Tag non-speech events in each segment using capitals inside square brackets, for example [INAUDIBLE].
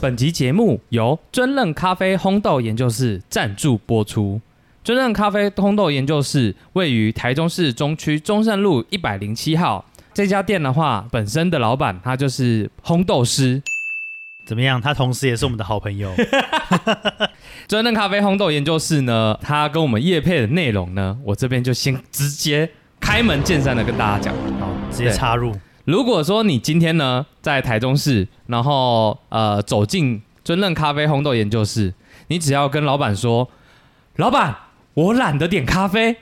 本集节目由尊任咖啡烘豆研究室赞助播出。尊任咖啡烘豆研究室位于台中市中区中山路一百零七号。这家店的话，本身的老板他就是烘豆师。怎么样？他同时也是我们的好朋 [LAUGHS] 友。尊任咖啡烘豆研究室呢，它跟我们业配的内容呢，我这边就先直接开门见山的跟大家讲。好，直接插入。如果说你今天呢在台中市，然后呃走进尊任咖啡烘豆研究室，你只要跟老板说：“老板，我懒得点咖啡。”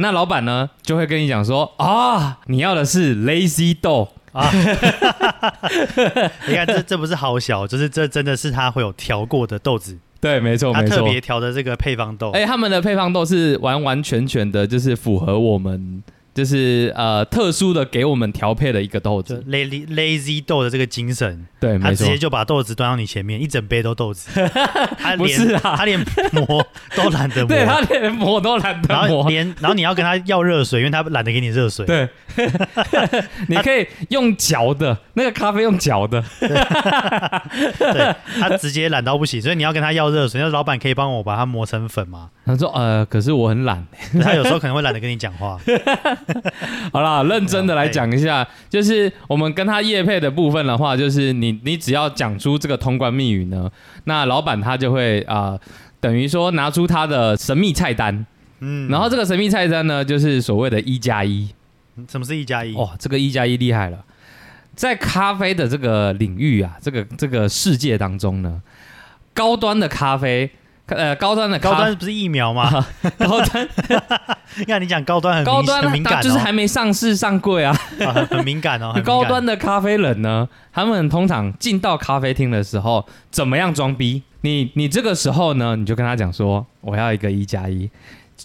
那老板呢就会跟你讲说：“啊，你要的是 lazy 豆。你看，这这不是好小，就是这真的是他会有调过的豆子，”对，没错，他哦没特错。别调的这个配方豆。哎、他们的配方豆是完完全全的，就是符合我们，就是呃特殊的给我们调配的一个豆就子。 lazy lazy 豆的这个精神，对，他没直错。接就把豆子端到你前面，一整杯都豆 [LAUGHS] 子，他不连是啊，他 [LAUGHS] 连磨都懒得磨，对他连磨都懒然得磨后，连然后你要跟他要热水，因为他懒得给你热水，对， [LAUGHS] 你可以用嚼的，那个咖啡用嚼的，对，他直接懒到不行，所以你要跟他要热水，那老板可以帮我把它磨成粉嘛？ [LAUGHS] 他说呃，可是我很懒。他有时候可能会懒得跟你讲话， [LAUGHS] 好啦，认真的来讲一下，就是我们跟他业配的部分的话，就是你你只要讲出这个通关密语呢，那老板他就会啊、呃等于说拿出他的神秘菜单，嗯，然后这个神秘菜单呢，就是所谓的一加一。什么是一加一？哦，这个一加一厉害了，在咖啡的这个领域啊，这个这个世界当中呢，高端的咖啡。呃，高端的咖高端不是疫苗吗？高 [LAUGHS] 端 [LAUGHS] 看你讲高端很高敏端很敏感、它哦，就是还没上市上柜啊。啊很很 [LAUGHS] 敏感哦，很敏感高端的咖啡人呢，他们通常进到咖啡厅的时候，怎么样装逼？你你这个时候呢，你就跟他讲说，我要一个一加一，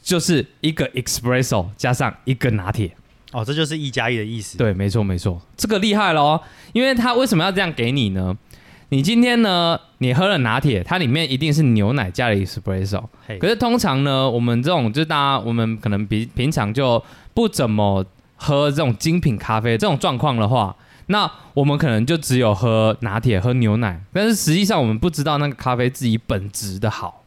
就是一个 espresso 加上一个拿铁。哦，这就是一加一的意思。，对，没错没错，这个厉害咯，因为他为什么要这样给你呢？你今天呢，你喝了拿铁，它里面一定是牛奶加了 espresso。嘿可是通常呢，我们这种就是大家我们可能平平常就不怎么喝这种精品咖啡这种状况的话，那我们可能就只有喝拿铁、喝牛奶，但是实际上我们不知道那个咖啡自己本质的好，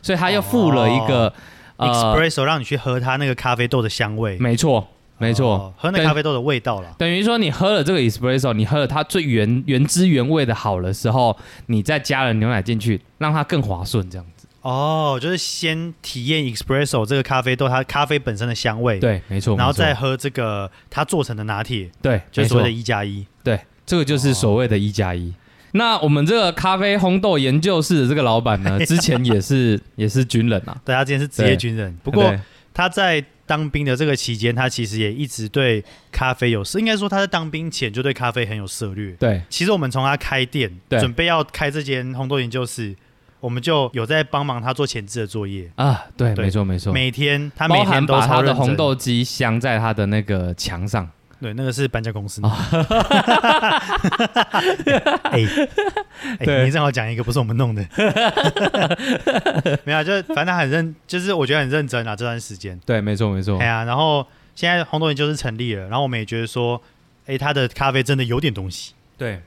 所以他又附了一个、呃， espresso 让你去喝它那个咖啡豆的香味，没错没错、哦喝那咖啡豆的味道了。等于说你喝了这个 espresso，你喝了它最原原汁原味的好的时候，你再加了牛奶进去，让它更滑顺，这样子。哦，就是先体验 espresso 这个咖啡豆它咖啡本身的香味，，对，没错。然后没错再喝这个它做成的拿铁，对，就是没所错谓的一加一。对，这个就是所谓的一加一。那我们这个咖啡烘豆研究室的这个老板呢，之前也是也是军人 [LAUGHS] 啊。对，他之前是职业军人，不过对他在当兵的这个期间，他其实也一直对咖啡有涉，应该说他在当兵前就对咖啡很有涉略。对其实我们从他开店，对准备要开这间烘豆研究室，我们就有在帮忙他做前置的作业。啊，对，对没错没错。每天他每包天含都把超他的认真红，豆机镶在他的那个墙上，对，那个是搬家公哦司。 [LAUGHS] 哎 [LAUGHS] 哎，对你正好讲一个不是我们弄的， [LAUGHS] 没有啊，就是反正他很认，就是我觉得很认真啊，这段时间。对，没错没错哎，呀，然后现在红豆研究室成立了，然后我们也觉得说，哎，他的咖啡真的有点东西，对，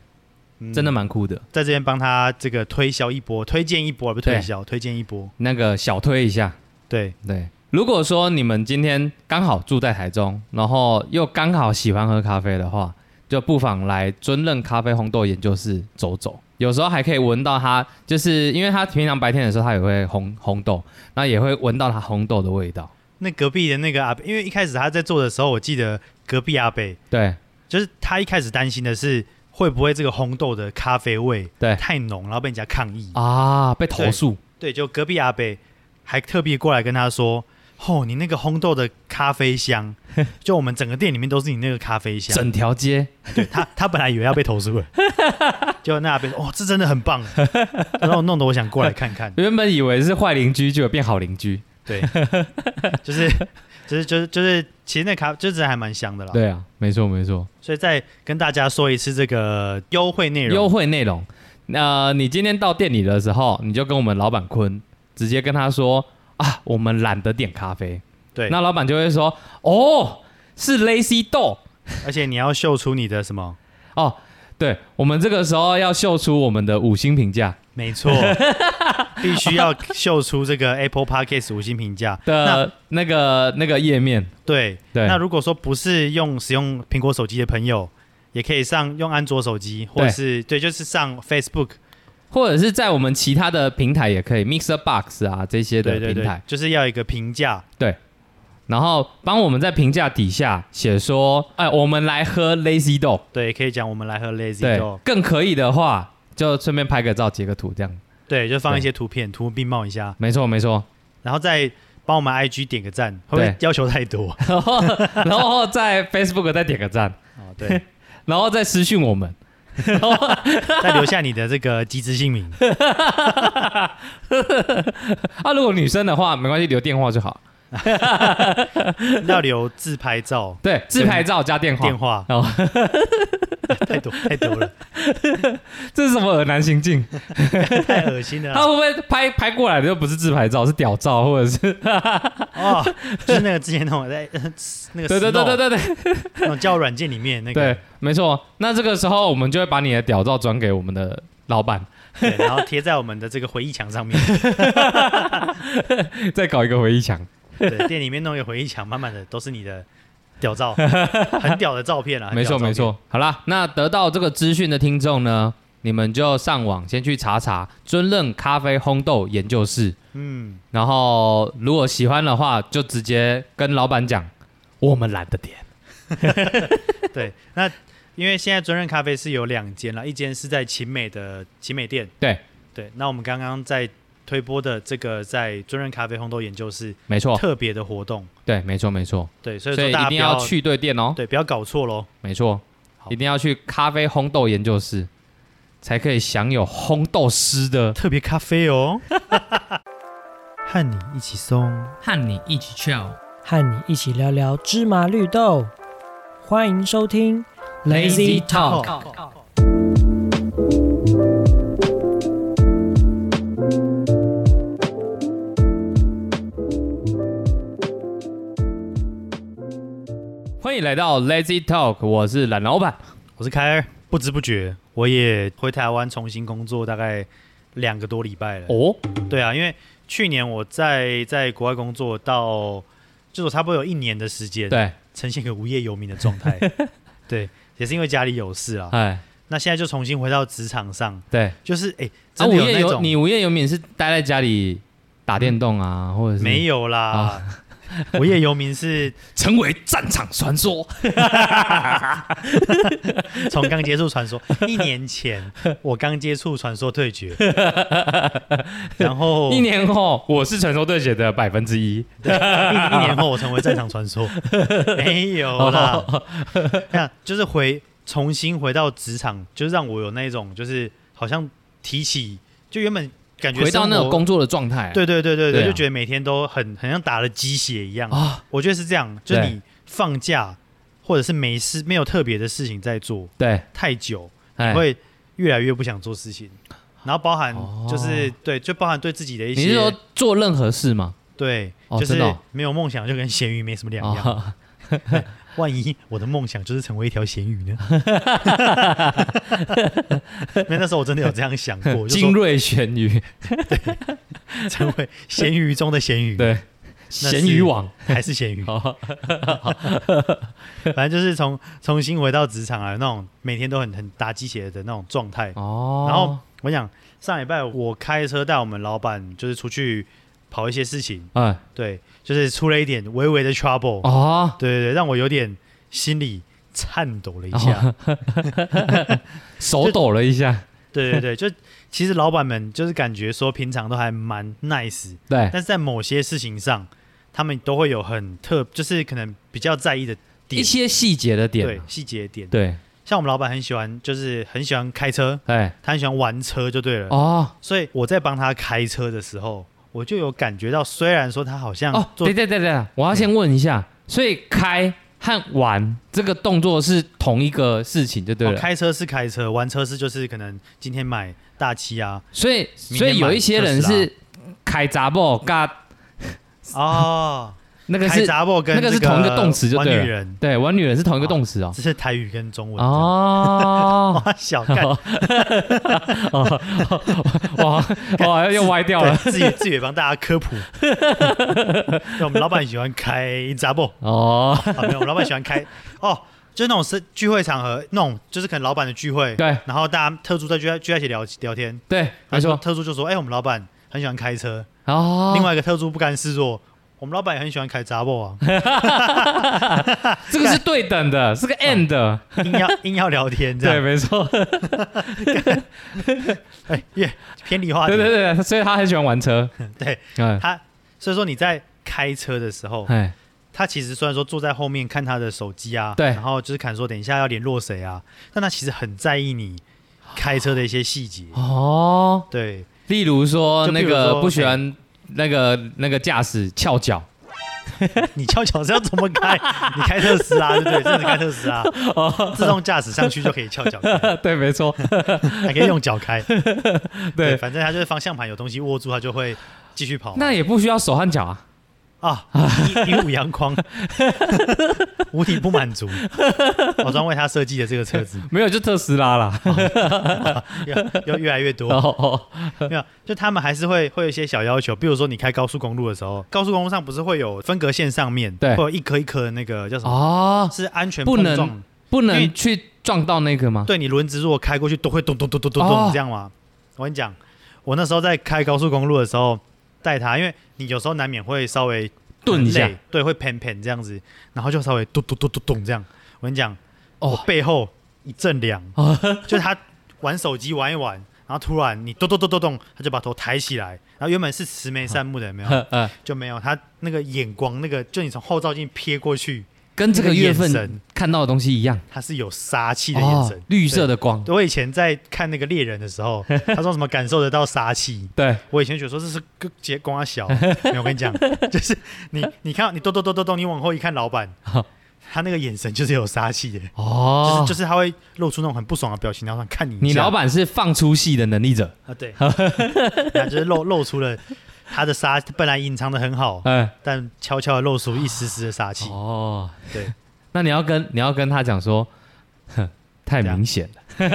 嗯真的蛮酷的。在这边帮他这个推销一波，推荐一波，而不是推对销，推荐一波。那个小推一下，对，对，如果说你们今天刚好住在台中，然后又刚好喜欢喝咖啡的话，就不妨来尊任咖啡烘豆研究室走走。有时候还可以闻到它，就是因为它平常白天的时候，它也会烘烘豆，那也会闻到它烘豆的味道。那隔壁的那个阿北，因为一开始他在做的时候，我记得隔壁阿北对就是他一开始担心的是会不会这个烘豆的咖啡味对太浓，然后被人家抗议。啊，被投诉，对，就隔壁阿北还特别过来跟他说：“哦，你那个烘豆的咖啡香，就我们整个店里面都是你那个咖啡香。”整条街对他，他本来以为要被投诉了，结果那边哦，这真的很棒，然后弄得我想过来看看。原本以为是坏邻居，就变好邻居。对，就是就是就是就是，其实那咖就是还蛮香的啦。对啊，没错没错。所以再跟大家说一次这个优惠内优容，惠内容。呃，你今天到店里的时候，你就跟我们老板坤直接跟他说啊，我们懒得点咖啡。对，那老板就会说，哦，是 lazy 豆 [LAUGHS] 而且你要秀出你的什么？哦。对我们这个时候要秀出我们的五星评价没错，必须要秀出这个 Apple Podcast 五星评 [LAUGHS] 价。的那个那个页面。对，对，那如果说不是用使用苹果手机的朋友，也可以上用安卓手机，或者是对，就是上 Facebook 或者是在我们其他的平台也可以，Mixer Box 啊这些的对平台，对对，就是要一个评价。然后帮我们在评价底下写说，哎，我们来喝 Lazy Dog，对，可以讲我们来喝 Lazy 对 Dog，，更可以的话就顺便拍个照、截个图这样。对，就放一些图片，图文并茂一下，没错，没 [LAUGHS] 错。然后再帮我们 IG 点个赞，会不会对要求太多？ [LAUGHS] 然后，然后在 Facebook 再点个赞，哦，对，然后再私讯我们。再留下你的这个机智姓名，啊，如果女生的话没关系，留电话就好。 [LAUGHS] 要留自拍照、对，自拍照加电话。电话，哦， [LAUGHS] 太多太多 [LAUGHS] 了，这是什么恶男行径？太恶心了他啦。会不会拍拍过来的又不是自拍照，是屌照，或者 [LAUGHS] 是哦，就是那个之前那种在 [LAUGHS] 那个对对对对 Snow，对对那种交友软件里面那个对，没错。那这个时候我们就会把你的屌照转给我们的老板， [LAUGHS] 对，然后贴在我们的这个回忆墙上面，再搞一个回忆墙。对，店里面弄一个回忆墙，满满的都是你的屌照，很屌的照片啊，很没错屌的照片没，错。好啦，那得到这个资讯的听众呢，你们就上网先去查查尊任咖啡烘豆研究室，嗯，然后如果喜欢的话，就直接跟老板讲，我们懒得点。 [LAUGHS] 对，那。因为现在尊任咖啡是有两间了，一间是在秦美的秦美店，对对。那我们刚刚在推播的这个在尊任咖啡烘豆研究室没错，特别的活动，对，没错没错。对，所哦以所说以大一家不定要去对店哦，对，不要搞错喽。没错，好一定要去咖啡烘豆研究室，才可以享有烘豆师的特别咖啡哦， [LAUGHS] 和你一起松。和你一起 chill。和你一起聊聊芝麻绿豆。欢迎收听 Lazy Talk [LAUGHS] 欢迎来到 Lazy Talk，我是懒老板。我是凯尔，不知不觉我也回台湾重新工作大概两个多礼拜了。哦，对啊，因为去年我在在国外工作到，就是我差不多有一年的时间，，对，呈现一个无业游民的 [LAUGHS] 状态。对，也是因为家里有事啊。哎，那现在就重新回到职场上，对。就是哎、啊，真午的有夜那游种、你午夜游民是待在家里打电动啊，或者是嗯没有啦，啊 [LAUGHS] 无业游民是成为战场传说？从刚接触传说 [LAUGHS] 一年前，我刚接触传说 [LAUGHS] 对决，然 [LAUGHS] 后一年后我是传说对决的百分之一。对一一年后我成为战场 [LAUGHS] 传说，没有哦啦， [LAUGHS] 那就是回重新回到职场，就是让我有那种就是好像提起就原本感觉回到那种生活工作的状态啊。对对对对对，对啊就觉得每天都很很像打了鸡血一样。啊，我觉得是这样，就是对你放假或者是没事没有特别的事情在做对，太久，哎，会越来越不想做事情，然后包含就是、对，就包含对自己的一哦你是说些做任何事吗？对，哦就是真的哦没有梦想就跟咸鱼没什么两样。啊，万一我的梦想就是成为一条 [LAUGHS] 咸鱼呢？那那时候我真的有这样想过，我 [LAUGHS] 就精说锐咸鱼，成为咸鱼中的咸鱼，对，嗯那是哦咸鱼 [LAUGHS] 网。还是咸鱼，好，反正就是从重新回到职场啊，那种每天都很很打鸡血的那种状态。哦，然后我想上礼拜我开车带我们老板就是出去跑一些事情，哎，对，就是出了一点微微的 trouble，、哦，对对对，让我有点心里颤抖了一哦下。 [LAUGHS] 手抖了一下，对对对，就其实老板们就是感觉说平常都还蛮 nice，对，但是在某些事情上，他们都会有很特，就是可能比较在意的一点，些细节的点对啊，细节点。对，像我们老板很喜欢，就是很喜欢开车，哎，他很喜欢玩车就对了。哦，所以我在帮他开车的时候，我就有感觉到，虽然说他好像哦，做、对嗯对对对，我要先问一下，所以开和玩这个动作是同一个事情，就对哦了。开车是开车，玩车是就是可能今天买大七啊，所以，明天所以有一些人买特斯拉是开杂报嘎哦，那个开是杂报跟那个是这同一个动词就玩对了女人，对，玩女人是同一个动词哦。这是台语跟中文哦，哦，哇小看哦，哇 [LAUGHS] 哇又歪掉了。对自己自己也帮大家科普。 [LAUGHS] 对我们老板喜欢开杂报，哦，啊，没有，我们老板喜欢开哦，就是那种是聚会场合，那种就是可能老板的聚会，对然后大家特助在聚在聚在一起聊聊天，对，没然后错。特助就说：“哎、我们老板很喜欢开车。哦，另外一个特助不甘示弱，我们老板也很喜欢开杂报啊，这个是对等的，是个 and 的。硬要硬要聊天哦这 [LAUGHS] 对，样，没错。哎，耶、偏离话题。对对对，所以他很喜欢玩车。 [LAUGHS] 对嗯，他所以说你在开车的时候，哎，他其实虽然说坐在后面看他的手机啊，对然后就是看说等一下要联络谁啊，但他其实很在意你开车的一些细节。哦，对，例如说就比那如个说不喜欢那个那个驾驶翘 [LAUGHS] 脚，你翘脚是要怎么 [LAUGHS] 开？你开特斯拉对不对？真的开特斯拉，哦自动驾驶上去就可以翘脚开，对，没错，还可以用脚开。 [LAUGHS] 对。反正它就是方向盘有东西握住，它就会继续跑。 [LAUGHS] 那也不需要手和脚啊，啊，一一五 [LAUGHS] 阳光，五体不满足，老庄为他设计的这个车子没有就特斯拉啦。越又越来越多。哦哦， [LAUGHS] 没有，就他们还是会会有一些小要求，比如说你开高速公路的时候，高速公路上不是会有分隔线上面，对会有一颗一颗的那个叫什么？哦，是安全不碰能撞，不因为能去撞到那个吗？对你轮子如果开过去都会咚咚咚咚咚哦咚这样吗？我跟你讲，我那时候在开高速公路的时候带他，因为你有时候难免会稍微顿一下很累，对，会偏偏这样子，然后就稍微咚咚咚咚咚这样。我跟你讲，我哦，背后一阵凉哦， [LAUGHS] [LAUGHS] 就是他玩手机玩一玩，然后突然你咚咚咚咚咚，他就把头抬起来，然后原本是慈眉善目的，有没 [LAUGHS] 有呵呃，就没有，他那个眼光那个，就你从后照镜瞥过去，跟这那个个月眼份神看到的东西一样，他是有杀气的眼哦神，，绿色的光，我以前在看那个猎人的时 [LAUGHS] 候，他说什么感受得到杀气，对，我以前觉得说这是个结光啊小，没有我跟你 [LAUGHS] 讲，就是你你看到你咚咚咚咚咚，你往后一看老板，他那个眼神就是有杀气的，就是哦，就是他会露出那种很不爽的表情，然后看你一下你老板是放出戏的能力者，啊对， [LAUGHS] 那就是露露出了他的杀，本来隐藏的很好，嗯，但悄悄的露出一丝丝的杀气，哦，对，那你要跟你要跟他讲说，哼，太这样明显了。 [LAUGHS] 那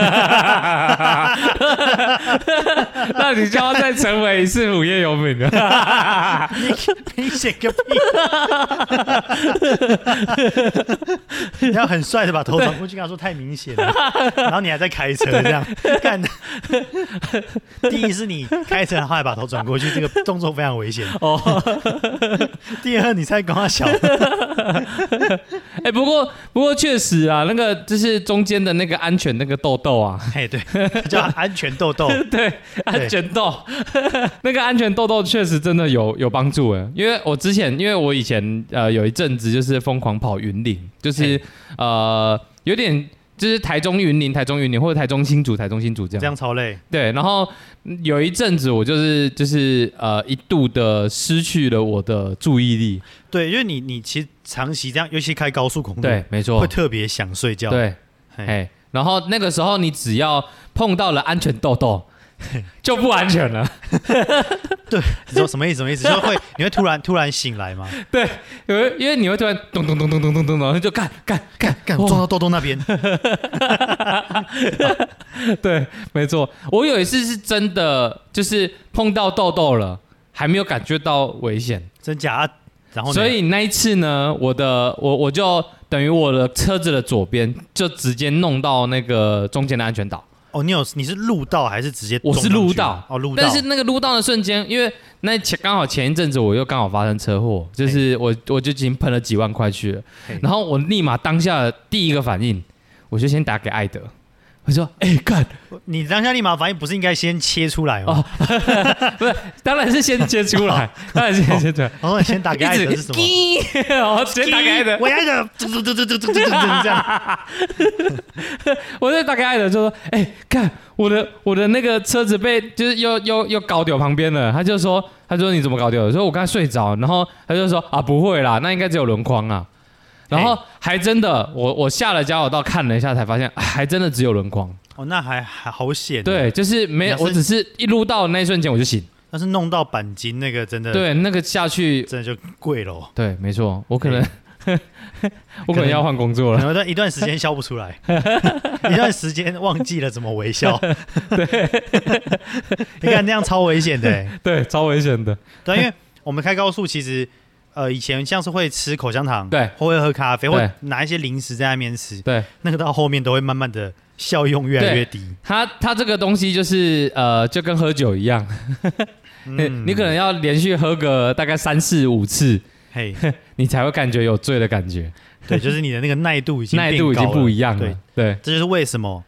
你就要再成为一次午夜游民了。明显个屁！ [LAUGHS] 你要很帅的把头转过去跟他说太明显了，然后你还在开车这样干。第一是你开车然后还把头转过去，这个动作非常危险。哦， [LAUGHS] 第二你才刚刚小， [LAUGHS] 哎、不过不过确实啊，那个就是中间的那个安全那个痘痘啊，哎对，叫安全痘痘。 [LAUGHS] 对，安全痘， [LAUGHS] 那个安全痘痘确实真的有有帮助诶，因为我之前，因为我以前呃有一阵子就是疯狂跑云林，就是呃有点就是台中云林、台中云林或者台中新竹、台中新竹这样，这样超累，对，然后嗯有一阵子我就是就是呃一度的失去了我的注意力，对，因为你你其实长期这样，尤其开高速公路，对，没嗯会错，特别想睡觉。对，嘿，哎，然后那个时候你只要碰到了安全痘痘， [LAUGHS] 就不安全了。 [LAUGHS] 你说什么意思？什么意思？就是会你会突然突然醒来吗？对，因为因为你会突然咚咚咚咚咚咚咚，然后就干干干干哇撞到痘痘那边，对，没错。我有一次是真的，就是碰到痘痘了，还没有感觉到危险，真假？啊然后呢所以那一次呢，我的我我就等于我的车子的左边就直接弄到那个中间的安全岛，哦，你有你是路道还是直接？我是路道哦，路道。但是那个撸到的瞬间，因为那前刚好前一阵子我又刚好发生车祸，就是我我就已经喷了几万块去了嘿，然后我立马当下的第一个反应，我就先打给艾德，我说：“哎、干，你当下立马反应不是应该先切出来吗？不是，当然是先接出 [LAUGHS] 来，当然是先接出来，然后你先哦打给艾德是什么？一直， [LAUGHS] 我直接打给艾德，我艾德，嘟嘟嘟嘟嘟嘟嘟嘟这样。我就打给艾德就说：“哎、看我的我的那个车子被就是又又又搞丢旁边了。”他就说：“他说你怎么搞丢的？”我说我刚才睡着，然后他就说：“啊，不会啦，那应该只有轮框啊。”然后还真的，我我下了交流道看了一下，才发现啊还真的只有轮框。哦，那还还好险。，哎对，就是没有，你还是我只是一撸到那一瞬间我就醒。要是弄到钣金那个真的，，对，那个下去，真的就贵了，对，没错，我可能哎 [LAUGHS] 我可能要换工作可了。能一段一段时间笑不出来，一段时间忘记了怎么 [LAUGHS] 微笑。对，你看那样超危险的、欸， [LAUGHS] 对，超危险的。对，因为我们开高速其实。呃，以前像是会吃口香糖，对或会喝咖啡，或对拿一些零食在那边吃，对那个到后面都会慢慢的效用越来越低。他，他这个东西就是呃，就跟喝酒一样，[LAUGHS] 嗯你可能要连续喝个大概三四五次，嘿，你才会感觉有醉的感觉，对，就是你的那个耐度已经耐度已经变高了不一样对了。，对这就是为什么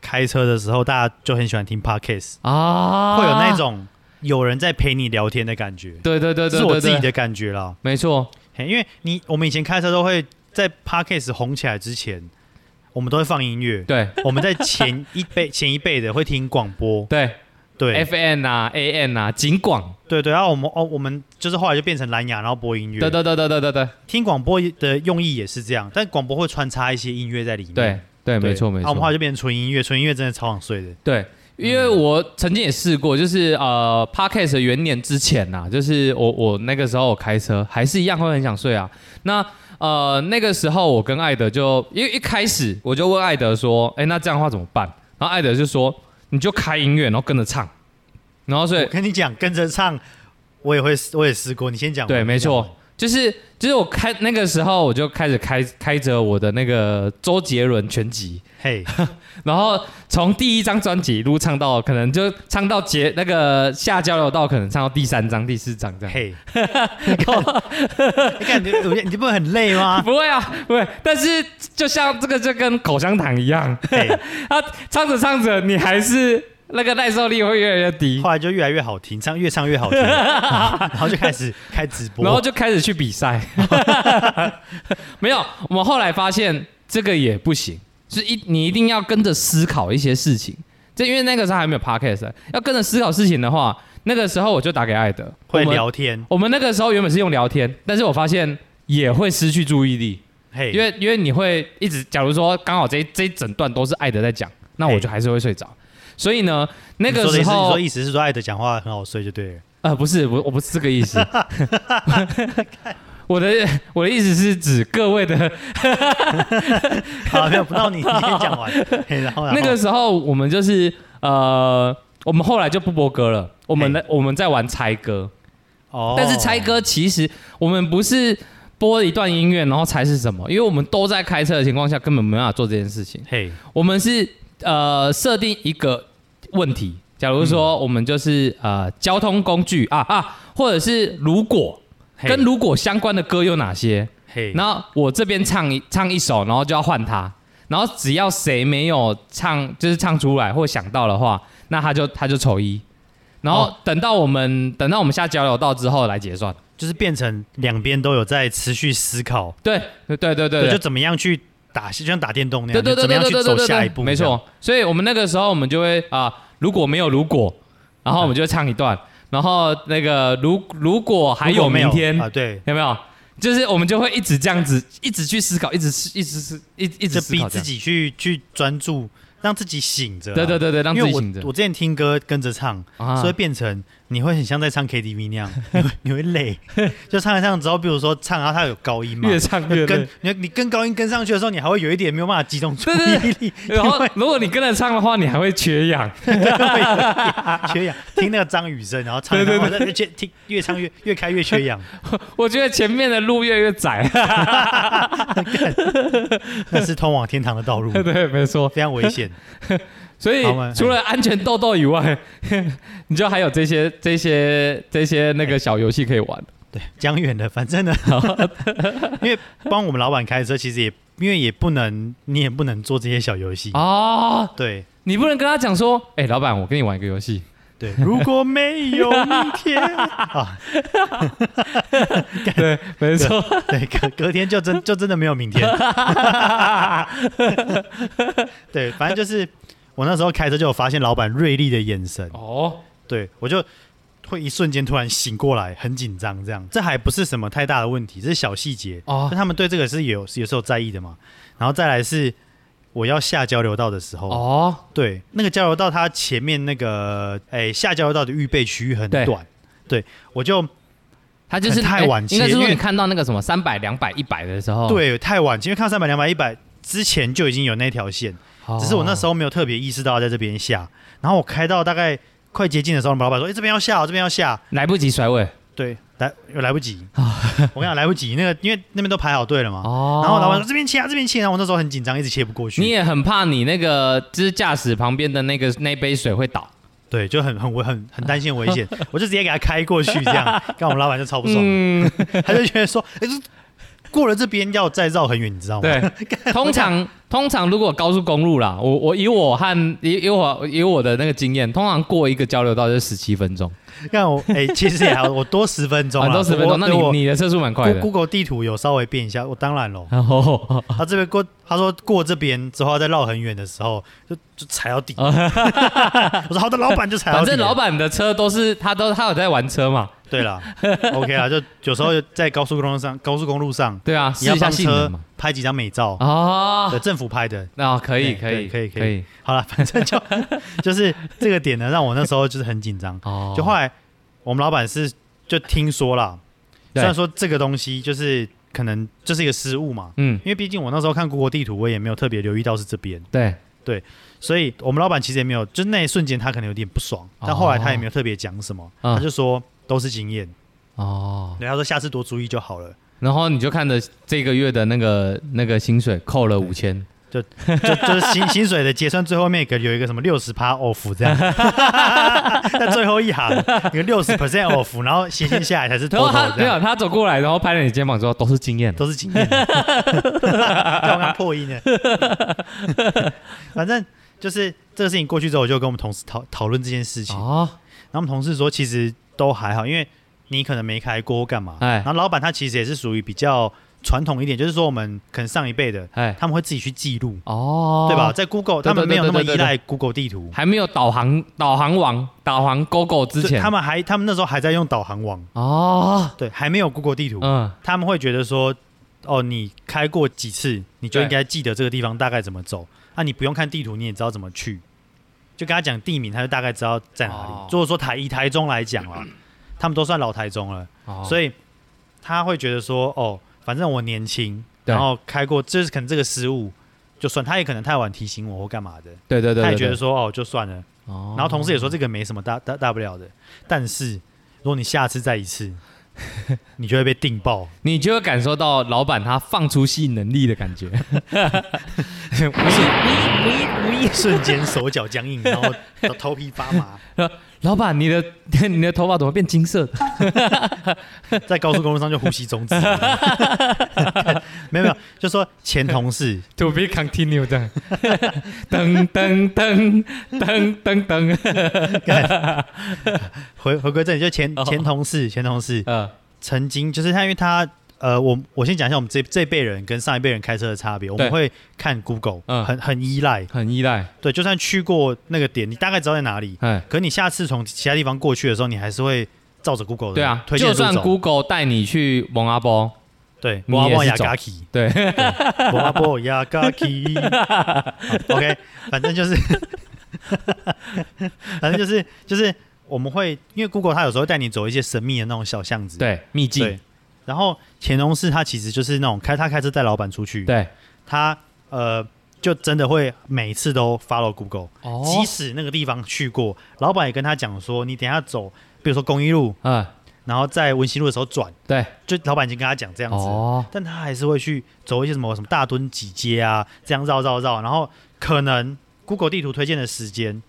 开车的时候大家就很喜欢听 podcast，、啊，会有那，种有人在陪你聊天的感觉，对对对这对是我对自己对，的感觉啦。没错，嘿因为你我们以前开车都会在 podcast 红起来之前，我们都会放音乐。对我们在前一辈前一辈的会听广播，对对，FN 啊，AN 啊，景广，对对，然后我们哦，我们就是后来就变成蓝牙，然后播音乐。对对对对对对对听广播的用意也是这样，但广播会穿插一些音乐在里面。对对，没错没啊我们后来错，就变成纯音乐，纯音乐真的超想睡的。对。因为我曾经也试嗯过，就是呃，podcast 的元年之前呐、啊，就是我我那个时候我开车还是一样会很想睡啊。那呃那个时候我跟艾德就因为一开始我就问艾德说，哎、那这样的话怎么办？然后艾德就说，你就开音乐，然后跟着唱，然后所以我跟你讲，跟着唱，我也会，我也试过。你先讲。对，没错，就是就是我开那个时候我就开始开开着我的那个周杰伦全集，嘿，然后从第一张专辑一路唱到可能就唱到结那个下交流道，可能唱到第三张、第四张这样。 [LAUGHS] 嘿，你看，你看，你你不会很累 [LAUGHS] 吗？不会啊，不会。但是就像这个就跟口香糖一样，嘿，它唱着唱着，你还是那个耐受力会越来越低，后来就越来越好听，唱越唱越好听， [LAUGHS] 然后就开始开直播。然后就开始去比赛。 [LAUGHS] 没有，我们后来发现这个也不行，就是一你一定要跟着思考一些事情。这因为那个时候还没有 podcast，要啊跟着思考事情的话，那个时候我就打给艾德，会我们聊天，我们那个时候原本是用聊天，但是我发现也会失去注意力，嘿，因为因为你会一直，假如说刚好这一这一整段都是艾德在讲，那我就还是会睡着。所以呢，那个你说的时意思你候说意思是说艾德讲话很好睡就对了。呃不是我我不是这个 [LAUGHS] 意思，我的我的意思是指各位的啊好，没有，不到你，你先讲完。嘿，然后然后那个时候我们就是呃，我们后来就不播歌了，我们嘿来我们在玩猜歌，哦，但是猜歌其实我们不是播一段音乐然后猜是什么，因为我们都在开车的情况下根本没办法做这件事情。哦嘿，我们是呃设定一个问题，假如说嗯我们就是、呃交通工具啊啊，或者是如果嘿跟如果相关的歌有哪些，嘿，然后我这边唱一唱一首，然后就要换他，然后只要谁没有唱，就是唱出来或想到的话，那他就他就丑一。然后哦等到我们、等到我们下交流道之后来结算，就是变成两边都有在持续思考，对对对对对就怎么样去打，就像打电动那对对样，对就怎么对样对去对走对下一对步，没错。所以我们那个时候我们就会啊、如果没有如果，然后我们就会唱一段，然后那个如如果这样。还有明天，如果没有啊，对，有没有？就是我们就会一直这样子，一直去思考，一直思一直思一一就直思逼考这自样。己去去专注，让自己醒着啊。对对对对，让因自为己我醒着我之前听歌跟着唱，啊所以变成你会很像在唱 KTV 那样，[LAUGHS] 你会你会累，就唱一唱之后，比如说唱，然后它有高音嘛，越唱越跟累。你你跟高音跟上去的时候，你还会有一点没有办法集中注意对力， [LAUGHS] 然后，如果你跟着唱的话，你还会缺氧。缺氧。听那个张雨生，然后唱一对唱，对然后而且听越唱越越开越 [LAUGHS] 缺氧，我觉得前面的路越来越窄。 [LAUGHS] 那是通往天堂的 [LAUGHS] 道路，对，没错。非常危险。所以好嘛除了安全痘痘以外， [LAUGHS] 你就还有这些、这些、这些哎那个小游戏可以玩。对，讲远了，[LAUGHS] 反正呢，因为帮我们老板开车，其实也因为也不能，你也不能做这些小游戏。哦，对你不能跟他讲说，哎、老板，我跟你玩一个游 [LAUGHS] 戏。对，如果没有明天 [LAUGHS] 啊，对，没错。对，隔隔天就真就真的没有明天。对，反正就是我那时候开车就有发现老板锐利的眼神， [LAUGHS] 哦，对我就会一瞬间突然醒过来，很紧张这样。这还不是什么太大的问题，这是小细节。哦但他们对这个是有有时候在意的嘛。然后再来是我要下交流道的时候，哦，哎对，那个交流道它前面那个诶、下交流道的预备区域很对短，我就他就是太晚哎应该是切因说为你看到那个什么三百、两百、一百的时候，对太晚，因为看三百、两百、一百之前就已经有那条线，哦，只是我那时候候没有特别意识到要在这边下。然后我开到大概快接近的时候，老板说：“哎、这边要下哦，这边要下。来不及甩尾”对，来又来 [LAUGHS] 不及，我跟你讲来不及，那个因为那边都排好队了嘛。哦，然后老板说：“这边切啊，这边切啊。”然后我那时候很紧张，一直切不过去。你也很怕你那个就是驾驶旁边的那个那杯水会倒，对，就很很危很很担心危 [LAUGHS] 险，我就直接给他开过去，这样，看我们老板就超不爽，嗯， [LAUGHS] 他就觉得说，哎、这过了这边要再绕很远，你知道吗？对， [LAUGHS] 通常通常如果高速公路啦，我我以我和以以我以我的那个经验，通常过一个交流道就是十七分钟，看我，哎、其实也还好，我多十 [LAUGHS] 分钟很了，啊多十分啊我钟，那对我你你的车速蛮快 Go- 的。 [LAUGHS] 哦。Google 地图有稍微变一下，我当然喽然后，他这边过，他说过这边之后要再绕很远的时候，就就踩 [LAUGHS] 到底。我说好的，老板就踩到反底。正老板的车都是他都他有在玩车嘛，对啦 o k 啦，就有时候在高速公路上，高速公路上对啊，你试要一下帮性车能嘛。拍几张美照，哦对，，政府拍的，那可以可对以可以可以可以，好了，反正 [LAUGHS] 就就是这个点呢，让我那时候就是很紧张。哦，就后来我们老板是就听说啦，对虽然说这个东西就是可能这是一个失误嘛，嗯，因为毕竟我那时候看 Google 地图，我也没有特别留意到是这边，对，所以我们老板其实也没有，就那一瞬间他可能有点不爽，但后来他也没有特别讲什么，嗯他就说都是经验，哦，对，他说下次多注意就好了，然后你就看着这个月的那个那个薪水扣了五千，就就是薪薪水的结算最后面可能有一个什么六十趴 off [LAUGHS] 这样，在最后一行有六十 percent off，然后斜线下来才是然后 total 他这 [LAUGHS] 没样有，啊他走过来，然后拍了你肩膀说都是经验，都 [LAUGHS] 是经验。干我刚破音了。 [LAUGHS] 反正就是这个事情过去之后，我就跟我们同事讨讨论这件事情。哦，然后我们同事说，其实都还好，因为你可能没开锅干嘛。哎然后老板他其实也是属于比较传统一点，就是说我们可能上一辈的，哎，他们会自己去记录，哦，对吧？？在对 Google，对他们没有那么对对依对赖 Google 地图。还没有导航导航网导航 GoGo 之就前，他们还他们那时候还在用导航网，哦，对，还没有 Google 地图。嗯，他们会觉得说，哦，你开过几次，你就应该记得这个地方大概怎么走。那、你不用看地图，你也知道怎么去。就跟他讲地名，他就大概知道在哪里。哦如果说台以台中来讲啊，他们都算老台中了，哦所以他会觉得说，哦，反正我年轻，对然后开过，就是可能这个失误，就算他也可能太晚提醒我或干嘛的，对对对，他也对觉得对说，哦，就算了。哦然后同事也说这个没什么大大大不了的，但是如果你下次再 [LAUGHS] 一次，你就会被定爆。你就会感受到老板他放出吸引能力的感觉，瞬间手脚 [LAUGHS] 僵硬，然后头皮发麻，老板你的 [LAUGHS] 你的头发怎么变金色的？在高速公路上就呼吸中止。 [LAUGHS] [LAUGHS] 没有没有，就说前同事 To be continue 这样，噔噔噔噔噔噔，回回归正题，就前哦前同事前同事呃，曾经就是他，因为他呃，我我先讲一下我们这这辈人跟上一辈人开车的差别，我们对会看 Google，嗯很很依赖，很依赖，对，就算去过那个点，你大概知道在哪里，哎，可你下次从其他地方过去的时候，你还是会照着 Google 的对啊，推荐就的路算走。 Google 带你去蒙阿波，对，你摩也摩是雅走嘎奇。对，波阿波亚嘎奇 [LAUGHS] ，OK，反正就是， [LAUGHS] 反正就是就是我们会因为 Google 它有时候会带你走一些神秘的那种小巷子，对，秘对境，。然后乾隆是他其实就是那种开他开车带老板出去，对，他呃就真的会每次都 follow Google，、哦即使那个地方去过，老板也跟他讲说，你等一下走，比如说公益路，嗯，然后在文心路的时候转，对，就老板已经跟他讲这样子了，哦，但他还是会去走一些什么什么大墩几街啊，这样绕绕绕，然后可能 Google 地图推荐的时间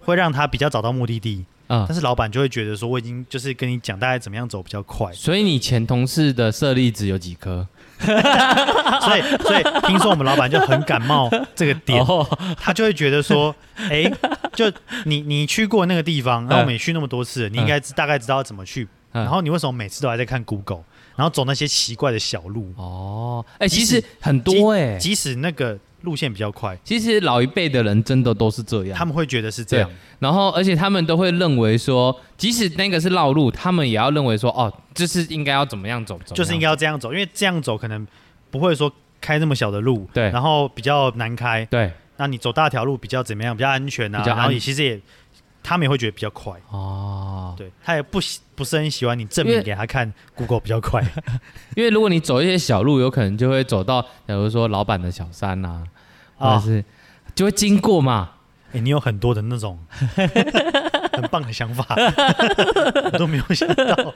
会让他比较早到目的地，嗯，但，是老板就会觉得说我已经就是跟你讲大概怎么样走比较快所以你前同事的舍利子有几颗？ [LAUGHS] 所以所以听说我们老板就很感冒这个点， [LAUGHS] 哦，他就会觉 [LAUGHS] 得说，哎、就你你去过那个地方，然后我们也去那么多次了，你应该知大概知道怎么去，嗯然后你为什么每次都还在看 Google，然后走那些奇怪的小路，哦，哎、即其使实很多哎、即使那个路线比较快，其实老一辈的人真的都是这样，他们会觉得是这样。然后而且他们都会认为说，即使那个是绕路，他们也要认为说，哦，就是应该要怎么样走，怎么样就是应该要这样走，因为这样走可能不会说开那么小的路，对然后比较难开。对那你走大条路比较怎么样？比较安全啊，比较安然后也其实也他们也会觉得比较快。哦，对他也不喜不是很喜欢你证因明为给他看，Google 比较 [LAUGHS] 快。因为如果你走一些小路，有可能就会走到，假如说老板的小三呐、啊，或啊者，是、就会经过嘛。哎、你有很多的 [LAUGHS] 那种很棒的想法，我都没有想到。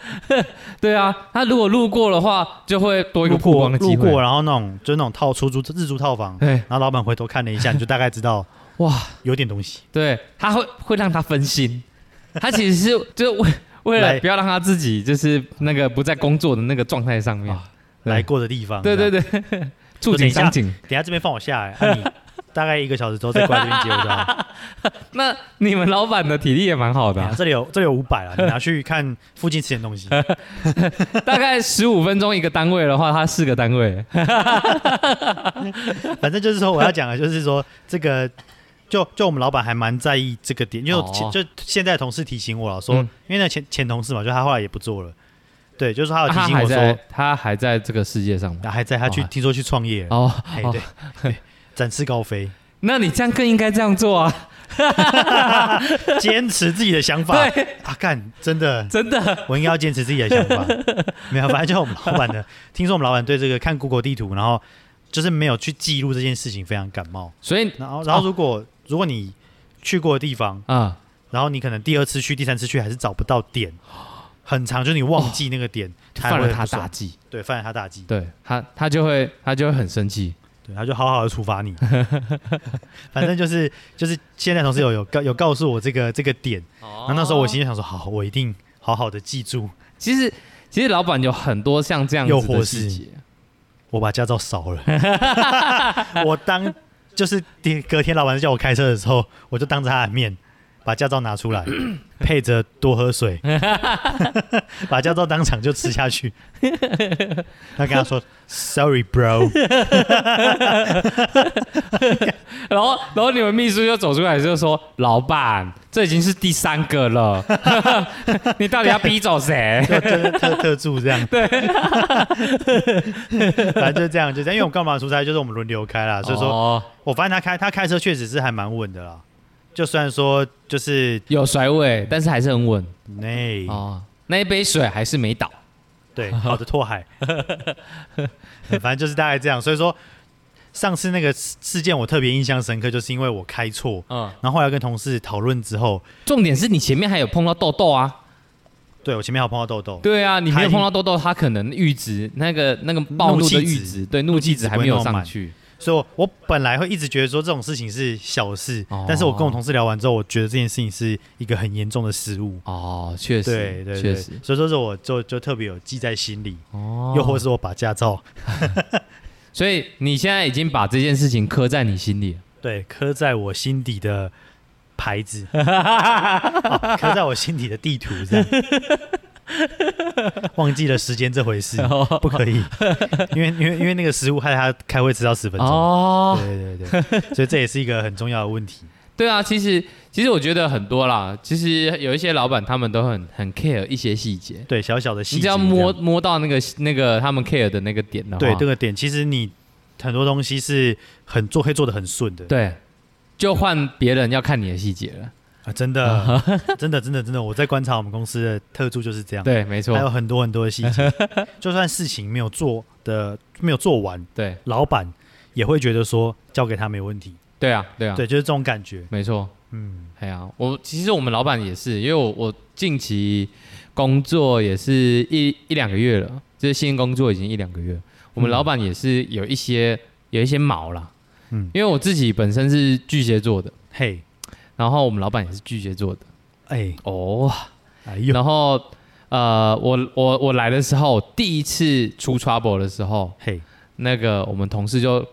对啊，他如果路过的话，就会多一个路曝过光的路机会。过，然后那种就是那种套出租日租套房，对，然后老板回头看了一下，你就大概知道哇，有点东西。对，他会会让他分心， [LAUGHS] 他其实是就是为为了来不要让他自己就是那个不在工作的那个状态上面啊。来过的地 [LAUGHS] 方，对对对，对， [LAUGHS] 触景伤情。等一下这边放我下来，啊、你大概一个小时之后再过来这边接我就好。 [LAUGHS] 那你们老板的体力也蛮好的等一 [LAUGHS] 啊、下这里有这里有五百了，你拿去看附近吃点东西。大概十五分钟一个单位的话，他四个单位。反正就是说，我要讲的就是说，这个就就我们老板还蛮在意这个点，因为哦前就现在同事提醒我了，说、嗯因为那前前同事嘛，就他后来也不做了，对，就是他有啊提他醒还我说，在，他还在这个世界上吗？啊还在他去、哦听说去创业了，哦，哎、哦对，对展翅 [LAUGHS] 高飞，那你这样更应该这样做啊！坚持自己的想法，对，啊干，真的。真的，我应该要坚持自己的想 [LAUGHS] 法，没有，反正就是我们老板的。听说我们老板对这个看 Google 地图，然后就是没有去记录这件事情非常感冒。所以然后，然后如果、如果你去过的地方，啊、然后你可能第二次去、第三次去还是找不到点，很长，就是你忘记那个点，哦就还犯会了很他不爽大忌，对，犯了他大忌，对他，他就会他就会很生气。对，他就好好的 [LAUGHS] 处罚你。反正就是就是现在同事有有告有告诉我这个这个点，然后那时候我心里想说，好，我一定好好的记住，其实其实老板有很多像这样诱子惑的式细节，我把驾照烧了， [LAUGHS] 我当就是第隔天老板叫我开车的时候，我就当着他的面把驾照拿出来，配着多喝水， [LAUGHS] 把驾照当场就吃下去。他跟他说：“Sorry, bro。 [LAUGHS] 然后然后你们秘书就走出来就说：“老板，这已经是第三个 [LAUGHS] 了，你到底要逼走 [LAUGHS] 谁”特特特特助这样，对， [LAUGHS] 反正就这样，就这样。因为我们干嘛出差，就是我们轮流开啦，？”所以说哦我发现他开他开车确实是还蛮稳的啦。就虽然说就是有甩尾，但是还是很稳那、哦。那一杯水还是没倒，对， [LAUGHS] 好的拓海，对反正就是大概这样。所以说，上次那个事事件我特别印象深刻，就是因为我开错，嗯。然后后来跟同事讨论之后，重点是你前面还有碰到痘痘啊，对我前面还有碰到痘痘，对啊，你没他已有经碰到痘痘，它可能阈值那个那个暴怒的怒气阈值值，对，怒气值还没有怒气值不会弄上满去，所以我我本来会一直觉得说这种事情是小事，哦但是我跟我同事聊完之后，我觉得这件事情是一个很严重的失误。哦，确对实，对确对，实，所以说是我就就特别有记在心里，哦，又或是我把驾照所以你现在已经把这件事情刻在你心里了。对刻在我心底的 [LAUGHS] 牌子，哦刻在我心底的地图，这样忘记了时间这回事，哦不可以，因为因为因为那个食物害他开会迟到十分钟。哦，对对对，对所以这也是一个很重要的问题。对啊，其实其实我觉得很多啦，其实有一些老板他们都很很 care 一些细节，对，小小的细你节只要这样，摸哦摸到那个那个他们 care 的那个点的话，对这个点，其实你很多东西是很做可以做的很顺的。对就换别人要看你的细节了。啊，[LAUGHS] 真的，真的，真的，真的，我在观察我们公司的特助就是这样。对，没还有错，很多很多的细节， [LAUGHS] 就算事情没有做的没有做完，对老板也会觉得说交给他没问题。对啊，对啊，对，就是这种感觉。没错。嗯，哎呀、我其实我们老板也是，因为我我近期工作也是一一两个月了，就是新工作已经一两个月了。我们嗯老板也是有一些有一些毛啦，嗯因为我自己本身是巨蟹座的，嘿，然后我们老板也是巨蟹座的哎，哦。哎呦，然后呃，我我我来的时候，第一次出 trouble 的时候，嘿，那个我们同事就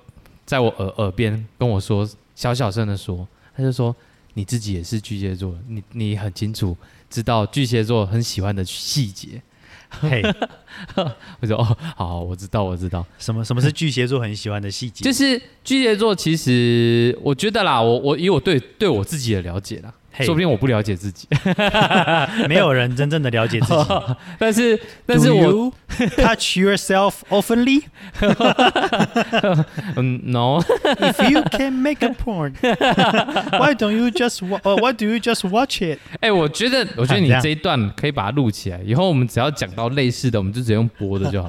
在我耳耳边跟我说，小小声的说，他就说你自己也是巨蟹座，你你很清楚知道巨蟹座很喜欢的细节。嘿，我说哦，好好，我知道，我知道，什么什么是巨蟹座很喜欢的细节？就是巨蟹座，其实我觉得啦，我我以我对对我自己的了解啦。嘿说不定我不了解自己， [LAUGHS] 没有人真正的了解自己。哦但是但是 Do 我 [LAUGHS] you？ touch yourself oftenly 嗯，no， if you can make a porn. why don't you just wa- or why do you just watch it？ [LAUGHS] 哎、我觉得，我觉得你这样这一段可以把它录起来，以后我们只要讲到类似的，我们就直接用播的就 [LAUGHS] 好。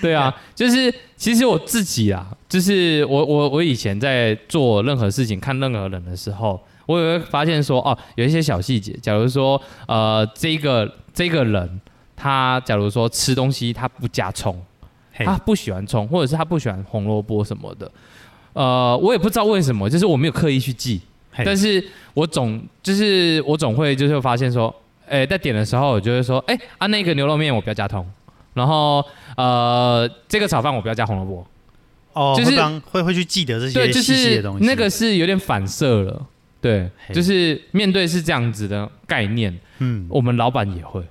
对啊，就是其实我自己啊，就是我我我以前在做任何事情、看任何人的时候，我也会发现说，哦，有一些小细节，假如说，呃，这个这个人。他假如说吃东西他不加葱，嘿他不喜欢葱，或者是他不喜欢红萝卜什么的，呃，我也不知道为什么，就是我没有刻意去记，嘿但是我总就是我总会就是会发现说，哎、在点的时候我就会说，哎、啊那个牛肉面我不要加葱，然后呃这个炒饭我不要加红萝卜，哦，就是会帮会会去记得这对，些就细细是的东西。那个是有点反射了，对，嘿就是面对是这样子的概念，嗯，我们老板也会。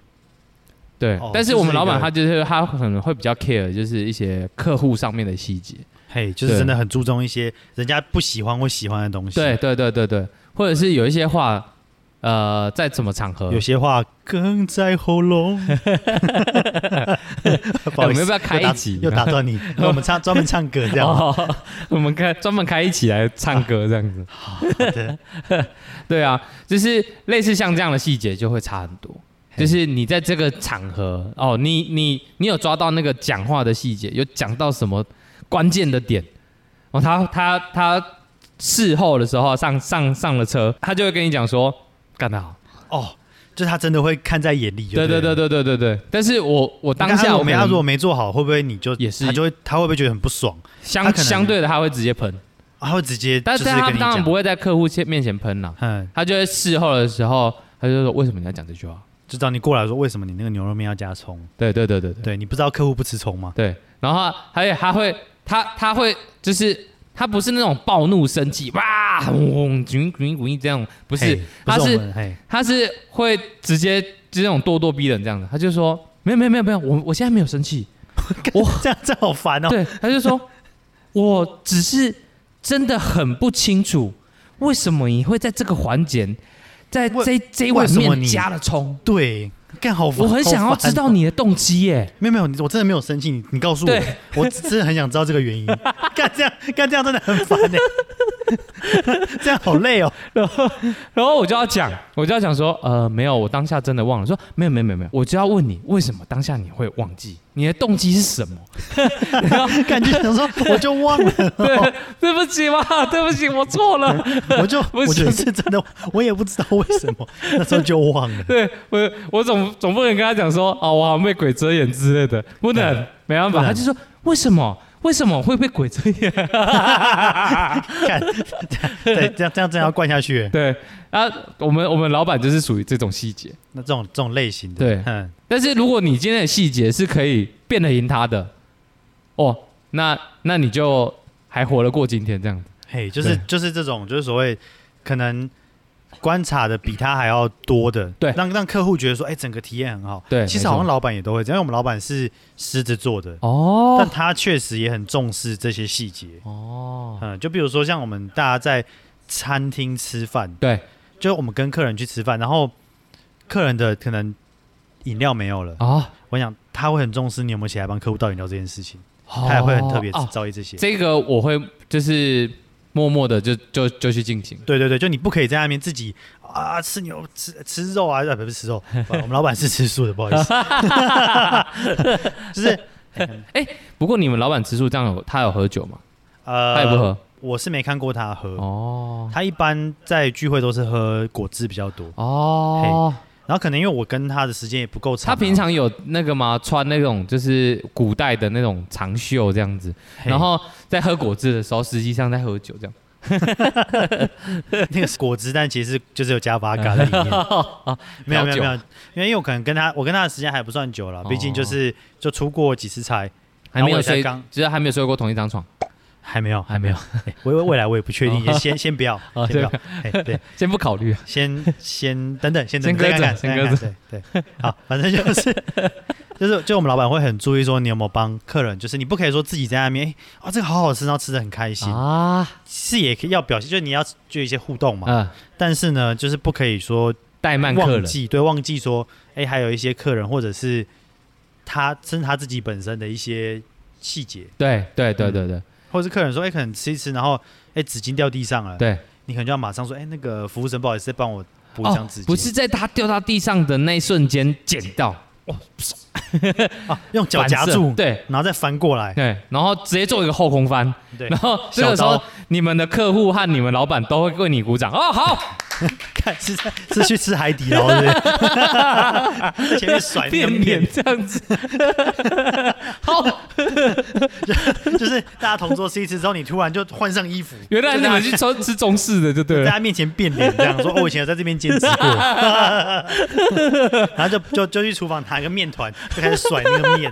对，哦但是这我们是一老板个他就是他可能会比较 care，就是一些客户上面的细节。嘿，就是对真的很注重一些人家不喜欢或喜欢的东西。对，对对对对，或者是有一些话，呃，在什么场合有，些话哽在喉咙。哎不好我意们思， [LAUGHS] 要不要开又打一集又打断你，我们唱专门唱歌这样。哦、 [LAUGHS] 我们开专门开一起来唱歌这样子。好的对啊，就是类似像这样的细节就会差很多。嘿就是你在这个场合哦，你你你有抓到那个讲话的细节，有讲到什么关键的点，哦，他他他事后的时候上上上了车，他就会跟你讲说干得好，哦，就是他真的会看在眼里。对对对对对了。对对对。但是我我你看当他下如我果没可他能如果没做好，会不会你就也是他就会他会不会觉得很不爽？他相可能相对的他会直接喷，啊他会直接但就是是他跟你当然讲不，会在客户前面前喷啦、嗯，他就会事后的时候，他就说为什么你要讲这句话？就找你过来说为什么你那个牛肉面要加葱？对对对对对对你不知道客户不吃葱吗？对，然后还有他会他他会就是他不是那种暴怒生气哇轰轰滚滚滚这样，不不是他是我是们嘿他是会直接就那种咄咄逼人这样的，他就说没有没有没有没有，我我现在没有生气， [LAUGHS] 我这样这样好烦哦。对，他就说我只是真的很不清楚为什么你会在这个环节。在为这这一碗为什么面你加了葱，对，干好烦，我很想要知好道烦哦。你的动机耶。没有没有，你我真的没有生气，你你告诉我对，我真的很想知道这个 [LAUGHS] 原因。干这样干这样真的很烦呢， [LAUGHS] 这样好累哦。然后我就要讲，我就要讲说，呃，没有，我当下真的忘了。说没有，没有，没有，没有，我就要问你，为什么当下你会忘记？你的动机是什 [LAUGHS] 么？感觉想说我就忘了， [LAUGHS] 对，对不起嘛，对不起，我错了。 [LAUGHS] 我就不我行就是真的，我也不知道为什么那时候就忘了。对我，我总总不能跟他讲说，哦，我好像被鬼遮眼之类的，不能，没办不法。能他就说，为什么？为什么会被鬼遮眼？ [LAUGHS] 看，对，这样这样真的要灌下去。欸对啊，我们我们老板就是属于这种细节。那这种这种类型的，对嗯，但是如果你今天的细节是可以变得赢他的，哦，那那你就还活得过今天这样子。嘿，就是对就是这种，就是所谓可能观察的比他还要多的，对让让客户觉得说，哎、整个体验很好。对其实没错好像老板也都会这样，因为我们老板是狮子座的，哦但他确实也很重视这些细节。哦，嗯，就比如说像我们大家在餐厅吃饭，对就是我们跟客人去吃饭，然后客人的可能饮料没有了，啊，我想他会很重视你有没有起来帮客户倒饮料这件事情，他也会很特别哦。照意这些。这个我会就是默默的就就就去进行。对对对，就你不可以在那边自己啊吃牛吃吃肉啊，呃不不是吃肉，我们老板是吃素的，不好意 [LAUGHS] 思，就是不过你们老板吃素这样有他有喝酒吗？呃，他也不，喝我是没看过他喝，哦他一般在聚会都是喝果汁比较多，哦，然后可能因为我跟他的时间也不够长啊、他平常有那个吗？穿那种就是古代的那种长袖这样子，嘿然后在喝果汁的时候，实际上在喝酒这样。那个是果汁，但其实是就是 [LAUGHS] 有加八嘎在里面，哦没有没有调酒没有，因为我可能跟他我跟他的时间还不算久了，毕竟就是哦就出过几次差，还没有然后我也才睡，刚就是还没有睡过同一张床，还没有还 [LAUGHS] 没有，我我未来我也不确定，哦也 [LAUGHS] 先先不要，哦先不要，哎对，先不考虑。先先等等，先等先等搁再看看，着先再搁看看，对对，好，反正就是就是就我们老板会很注意说你有没有帮客人，就是你不可以说自己在那边，哎啊这个好好吃，然后吃的很开心，啊，是也可以要表现，就是你要就有一些互动嘛，嗯，但是呢，就是不可以说怠慢客忘人，记对忘记说，哎、还有一些客人或者是他甚至他自己本身的一些细节，对对对对对或者是客人说，哎、可能吃一吃，然后哎、纸巾掉地上了，对，你可能就要马上说，哎、那个服务生不好意思，再帮我补一张哦纸巾、，不是在他掉到地上的那一瞬间捡到，啊，用脚夹反射住，对然后再翻过来，对，然后直接做一个后空翻，对然，后这个时小候刀你们的客户和你们老板都会为你鼓掌，哦好，看是在是去吃海底捞的， [LAUGHS] 前面甩那个变脸，这样子， [LAUGHS] 好，就是大家同桌吃一吃之后，你突然就换上衣服，原来你们去吃吃中式的就对在了，他面前变脸，这样说：“哦，我以前有在这边兼职过。” [LAUGHS] 然后就就就去厨房拿个面团，就开始甩那个面。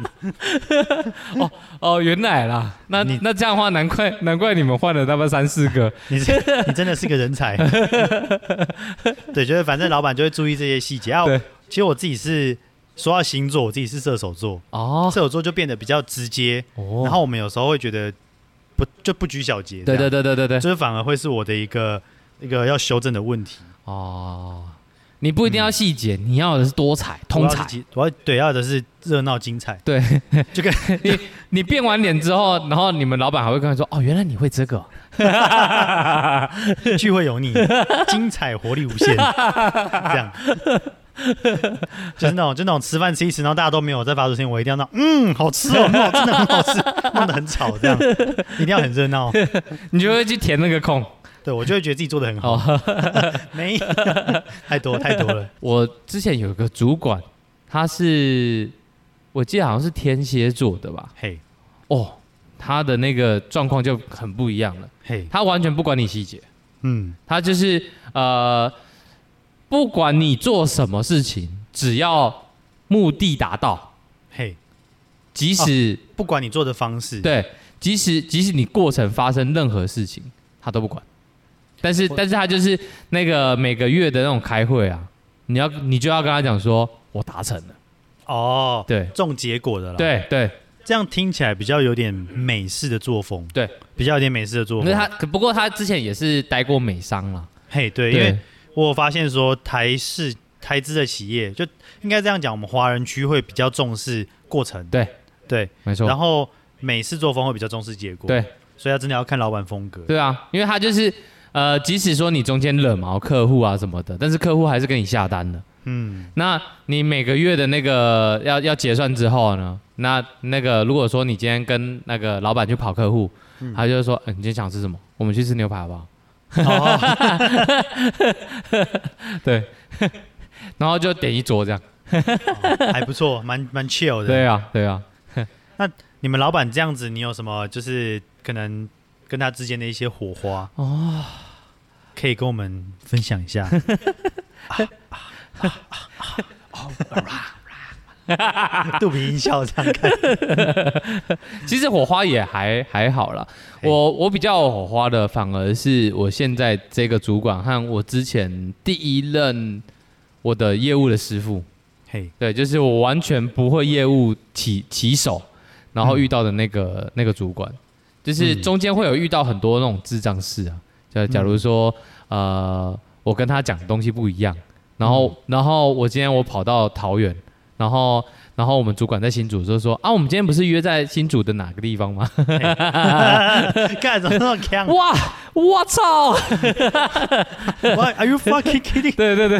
哦原来啦，那你那这样的话难怪难怪你们换了他们三四个，你是你真的是个人 [LAUGHS] 才。对，就是反正老板就会注意这些细节啊对。其实我自己是说到星座，我自己是射手座，哦射手座就变得比较直接。然哦，后我们有时候会觉得不就不拘小节，对对对，对对对对，就是反而会是我的一个一个要修正的问题。哦，你不一定要细节，你要的是多彩通彩我要。自己，我要对要的是热闹 [LAUGHS] 精彩。对，就跟你你变完脸之后，然后你们老板还会跟他说：“哦，原来你会这个哦。聚会有你，精彩活力无限，这样。就是那种，就那种吃饭吃一吃，然后大家都没有在发出声音，我一定要那种嗯，好吃 [LAUGHS] 哦，那真的很好吃，弄得很吵，这样一定要很 [LAUGHS] 热闹。” [LAUGHS] 你就会去填那个空。对我就会觉得自己做的很好， [LAUGHS] 哦，没 [LAUGHS] 太多太多了。我之前有个主管，他是我记得好像是天蝎座的吧？嘿，哦，他的那个状况就很不一样了，嘿，他完全不管你细节，嗯，他就是呃，不管你做什么事情，只要目的达到，嘿，即使、不管你做的方式，对，即使即使你过程发生任何事情，他都不管。但是我但是他就是那个每个月的那种开会啊，你要你就要跟他讲说，我达成了。哦，对重结果的啦。，对对，这样听起来比较有点美式的作风，对，比较有点美式的作因为风。他可不过他之前也是待过美商啦，嘿，对，因为对我有发现说台式台资的企业，就应该这样讲，我们华人区会比较重视过程，对对，没错然，后美式作风会比较重视结果，对，所以要真的要看老板风格，对啊，因为他就是呃，即使说你中间惹毛客户啊什么的，但是客户还是跟你下单了。嗯，那你每个月的那个要要结算之后呢？那那个如果说你今天跟那个老板去跑客户，他就说、嗯你今天想吃什么？我们去吃牛排好不好？哦，对， [LAUGHS] 然后就点一桌这样。还不错，蛮蛮 chill 的。对啊，对啊。你们老板这样子，你有什么就是可能跟他之间的一些火花哦，可以跟我们分享一下？肚皮音效这样看，其实火花也还还好啦。嘿我我比较有火花的，反而是我现在这个主管和我之前第一任我的业务的师傅。嘿，对，就是我完全不会业务起起手，然嗯后遇到的那个、那个主管，就是中间会有遇到很多那种智障事啊，就假嗯如说、呃，我跟他讲的东西不一样，然后、嗯然后我今天我跑到桃园，然后然后我们主管在新竹就说啊，我们今天不是约在新竹的哪个地方吗？ [LAUGHS] 干什么那么强？哇，我操！ Why are you fucking kidding？对对对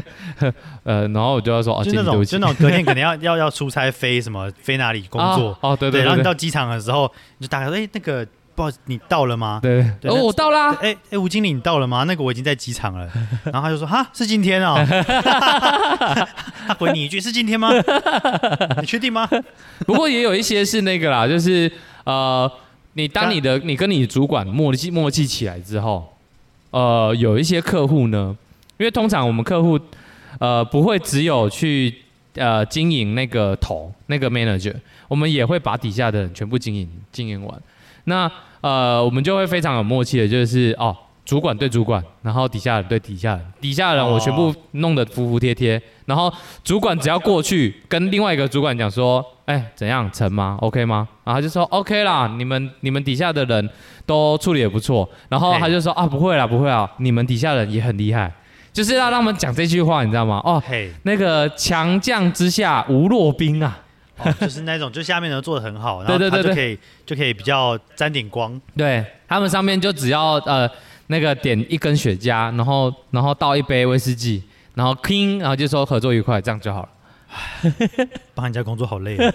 对， [LAUGHS] 呃，然后我就要说哦，就经那理对种，不起就那种隔天可能要要要出差飞什么飞哪里工作啊，哦，对对，对然后你对到机场的时候，你就打开说，哎，那个不好意思，你到了吗？对对，对哦，我到啦，哎哎，吴经理，你到了吗？那个我已经在机场了。然后他就说，哈，是今天哦。 [LAUGHS] 他回你一句，是今天吗？你确定吗？ [LAUGHS] 不过也有一些是那个啦，就是呃，你当你的你跟你主管默契默契起来之后，呃，有一些客户呢，因为通常我们客户呃不会只有去呃经营那个头那个 manager，我们也会把底下的人全部经营经营完。那呃，我们就会非常有默契的，就是哦，主管对主管，然后底下人对底下人，底下人我全部哦弄得服服帖帖，然后主管只要过去跟另外一个主管讲说，哎，怎样成吗？OK 吗？然后他就说 OK 啦，你们你们底下的人都处理也不错，然后他就说啊，不会啦，不会啊，你们底下人也很厉害，就是要让他们讲这句话，你知道吗？哦，嘿，那个强将之下无弱兵啊，哦就是那种，就下面的做的很好，然对后对他对就对可以就可以比较沾点光，对他们上面就只要呃那个点一根雪茄，然后然后倒一杯威士忌，然后 king，然后就说合作愉快，这样就好了。帮人家工作好累哦。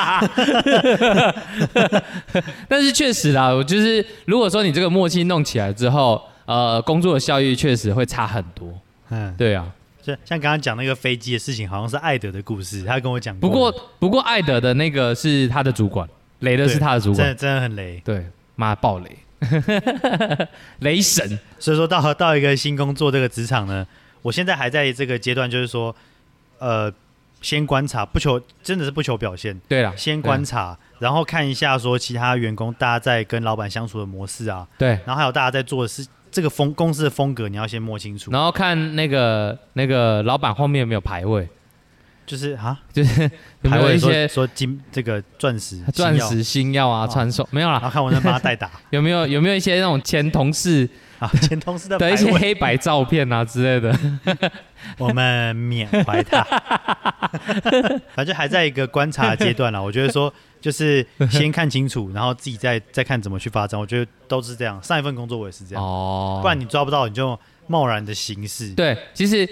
[LAUGHS] 但是确实啦，我就是如果说你这个默契弄起来之后，呃，工作的效率确实会差很多。嗯，对啊，就像刚刚讲那个飞机的事情，好像是艾德的故事，他跟我讲不过不过艾德的那个是他的主管，雷的哦对是他的主真的管，真的很雷，对，妈爆雷， [LAUGHS] 雷神，所以说到到一个新工作这个职场呢，我现在还在这个阶段，就是说，呃，先观察，不求真的是不求表现，对啦，先观察，然后看一下说其他员工大家在跟老板相处的模式啊，对，然后还有大家在做的事，这个风公司的风格你要先摸清楚，然后看那个那个老板后面有没有排位，就是啊，有没还有会一说些说金这个钻石 [LAUGHS] 钻，星耀石星耀啊、哦传送没有然啦，后看我能把他代打有没有有没有一些那种前同事啊，前同 [LAUGHS] [LAUGHS] 事的的排一些位，黑白照片啊之类 [LAUGHS] 的？我们缅怀 [LAUGHS] 他，反正还在一个观察阶段了。我觉得说 [LAUGHS] 就是先看清楚，然后自己再再看怎么去发展。我觉得都是这样，上一份工作我也是这样，哦，不然你抓不到你就贸然的行事。对，其实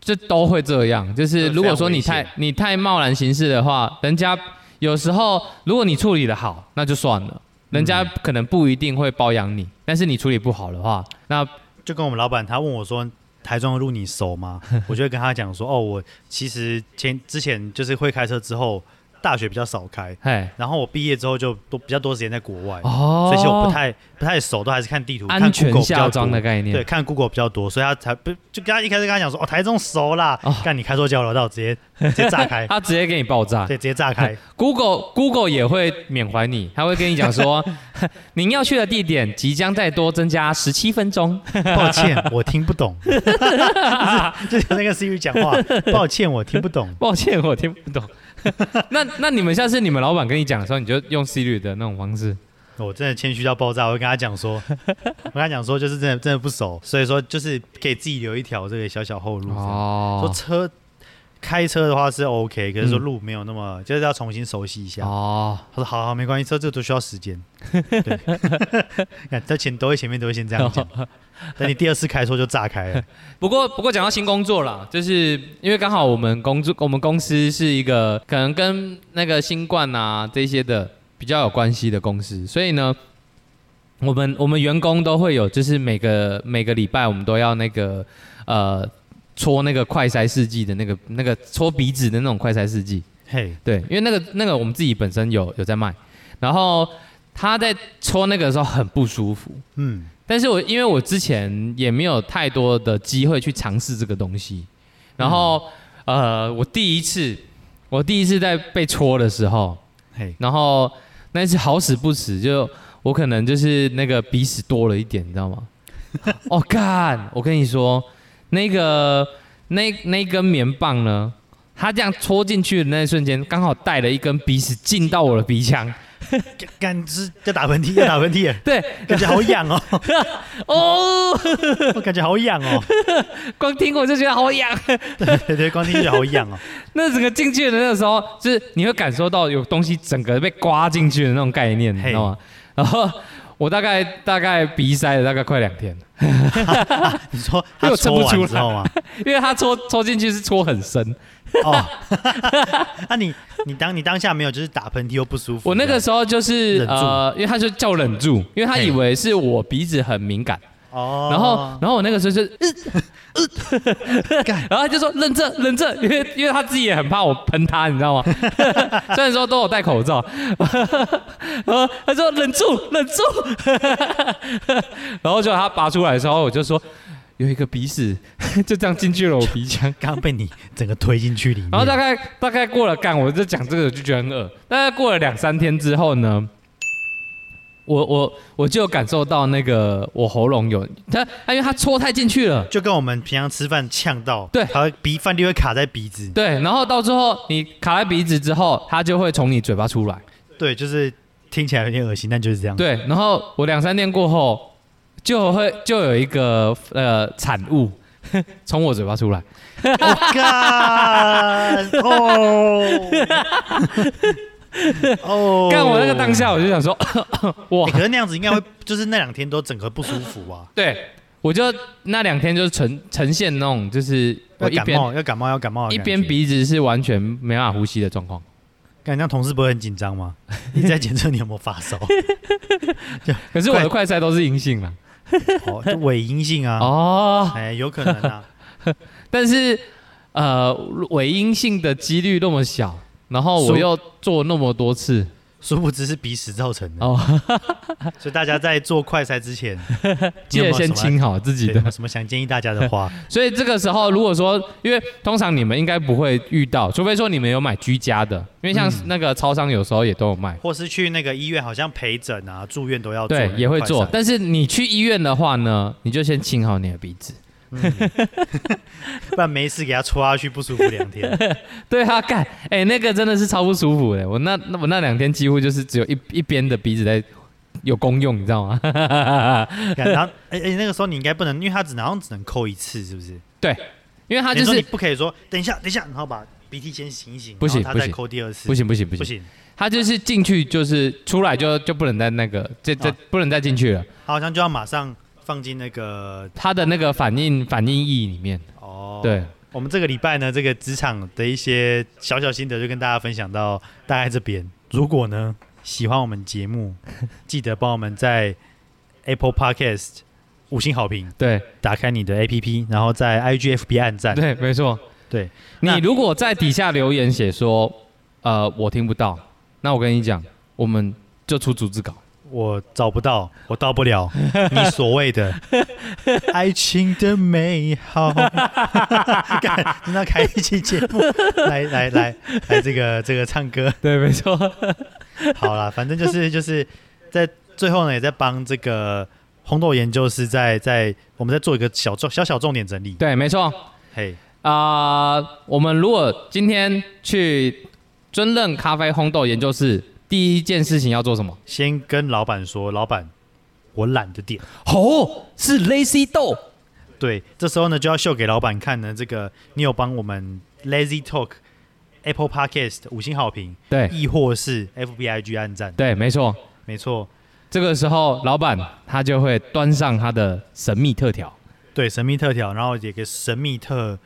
就都会这样。就是这如果说你非常危太险你太贸然行事的话，人家有时候如果你处理的好，那就算了，人嗯家可能不一定会包养你。但是你处理不好的话，那就跟我们老板他问我说。台中的路你熟吗？ [LAUGHS] 我就会跟他讲说，哦，我其实前之前就是会开车，之后大学比较少开，嘿然后我毕业之后就都比较多时间在国外，哦，所以其实我不太不太熟，都还是看地图、看安全 Google 比较下多装的。概念。对，看 Google 比较多，所以他才不就跟他一开始跟他讲说，哦，台中熟啦哦，干、你开错交流道，直接直接 [LAUGHS] 炸开，他直接给你爆炸对，直接炸开， ，Google Google 也会缅怀你，他会跟你讲说， [LAUGHS] 您要去的地点即将再多增加十七分钟。抱歉，我听不 [LAUGHS] 懂， [LAUGHS] 就是就是那个 Siri 讲话，抱歉，我听不懂，抱歉，我听不懂。 [LAUGHS] 那那你们下次你们老板跟你讲的时候，你就用 Siri 的那种方式。哦我真的谦虚到爆炸，我会跟他讲说，我跟他讲说，就是真的真的不熟，所以说就是给自己留一条这个小小后路，这样说哦，车开车的话是 OK，可是说嗯路没有那么，就是要重新熟悉一下。哦，他说：“好好，没关系，这这都需要时间。”对， [LAUGHS] 看在前都会前面都会先这样讲，等你第二次开错就炸开了。不过不过讲到新工作啦，就是因为刚好我们工作我们公司是一个可能跟那个新冠啊这些的比较有关系的公司，所以呢，我们我们员工都会有，就是每个每个礼拜我们都要那个呃戳那个快筛试剂的那个那个戳鼻子的那种快筛试剂，嘿，对，因为那个那个我们自己本身有有在卖，然后他在戳那个的时候很不舒服，嗯，但是我因为我之前也没有太多的机会去尝试这个东西，然后、呃，我第一次我第一次在被戳的时候， [LAUGHS] 嘿，然后那一次好死不死，就我可能就是那个鼻屎多了一点，你知道吗？哦干！我跟你说，那个那那根棉棒呢，它这样戳进去的那一瞬间，刚好带了一根鼻屎进到我的鼻腔，干干是要打喷嚏，要打喷嚏了，对，感觉好痒哦， [LAUGHS] 哦， [LAUGHS] 我感觉好痒哦， [LAUGHS] 光听我就觉得好痒。对对对，光听就好痒哦。那整个进去的那个时候，就是你会感受到有东西整个被刮进去的那种概念，你嘿知道吗？然后我大概大概鼻塞了大概快两天，你说因为他我撑搓不出完来之后吗？因为它戳戳进去是戳很深。 [LAUGHS] 哦，那你你当你当下没有就是打喷嚏又不舒服，我那个时候就是忍住呃，因为他就叫我忍住，因为他嘿以为是我鼻子很敏感，哦，然后然后我那个时候就，呃呃干 [LAUGHS] 然后他就说忍着忍着，因为因为他自己也很怕我喷他，你知道吗？ [LAUGHS] 虽然说都有戴口罩，然后他说忍住忍住， [LAUGHS] 然后就他拔出来的时候，我就说有一个鼻屎 [LAUGHS] 就这样进去了我鼻腔。刚刚被你整个推进去里面，然后大概大概过了干，我就讲这个我就觉得很恶。大概过了两三天之后呢，我我我就有感受到那个我喉咙有它，它因为它戳太进去了，就跟我们平常吃饭呛到，对它会鼻饭粒会卡在鼻子，对，然后到最后你卡在鼻子之后，它就会从你嘴巴出来，对，就是听起来有点恶心，但就是这样。对，然后我两三天过后就会就有一个呃产物，从我嘴巴出来。我哦干 [LAUGHS] 哦哦！干我那个当下，我就想说， [LAUGHS] 哇欸，可是那样子应该会，就是那两天都整个不舒 [LAUGHS] 服啊，对我就那两天就是呈呈现那种，就是要我一感边冒，要感冒，要感冒的一感觉。边鼻子是完全没办法呼吸的状况。干，那同事不会很紧张 [LAUGHS] 吗？一直在检测你有没有发烧，可是我的快塞都是阴性了哦，就伪阴性啊，哦，哎，有可能 [LAUGHS] 啊，但是呃，伪阴性的几率那么小，然后我所以又做那么多次殊不知是鼻屎造成的。 [LAUGHS] 哦，所以大家在做快筛之前，记得先清清好自己对，有的没。有什么想建议大家的话？ [LAUGHS] [LAUGHS] 所以这个时候，如果说，因为通常你们应该不会遇到，除非说你们有买居家的，因为像嗯那个超商有时候也都有卖，或是去那个医院，好像陪诊啊、住院都要做对，也会快做筛。但是你去医院的话呢，你就先清好你的鼻子。不然没事给他戳下去，不舒服两天。 [LAUGHS] 对啊，干，哎、那个真的是超不舒服的。我那那我那两天几乎就是只有一一边的鼻子在有公用，你知道吗？ [LAUGHS] 干然后，哎、哎，那个时候你应该不能，因为他只能好像只能扣一次，是不是？因为它他就你是不可以说等一下，等一下，然后把鼻涕先醒一醒，不行然后不他再行扣第二次，不，行不行不不行，行。它就是进去就是出来就就不能再那个，这这啊不能再进去了。他好像就要马上放进那个它的那个反应反应翼里面，哦。，对，我们这个礼拜呢，这个职场的一些小小心得就跟大家分享到大概这边。如果呢喜欢我们节目，记得帮我们在 Apple Podcast 五星好评，对打开你的 APP，然后在 IGFB 按赞。对，没错。对，你那如果在底下留言写说，呃，我听不到，那我跟你讲，我们就出逐字稿。我找不到，我到不 [LAUGHS] 了你所谓的爱情的美好。 [LAUGHS] 干真的要开一期节目，来来来来，这个这个唱歌，对，没错。好啦，反正就是就是在最后呢，也在帮这个红豆研究室在在我们在做一个小重小小重点整理。对，没错。嘿，啊、我们如果今天去尊任咖啡烘豆研究室，第一件事情要做什么？先跟老板说，老板，我懒得点。哦，是 lazy 豆。对，这时候呢就要秀给老板看呢，这个你有帮我们 Lazy Talk Apple Podcast 五星好评，对亦或是 FBIG 暗战，对，没错。没错，这个时候，老板他就会端上他的神秘特调。对神秘特调，然后也给神秘特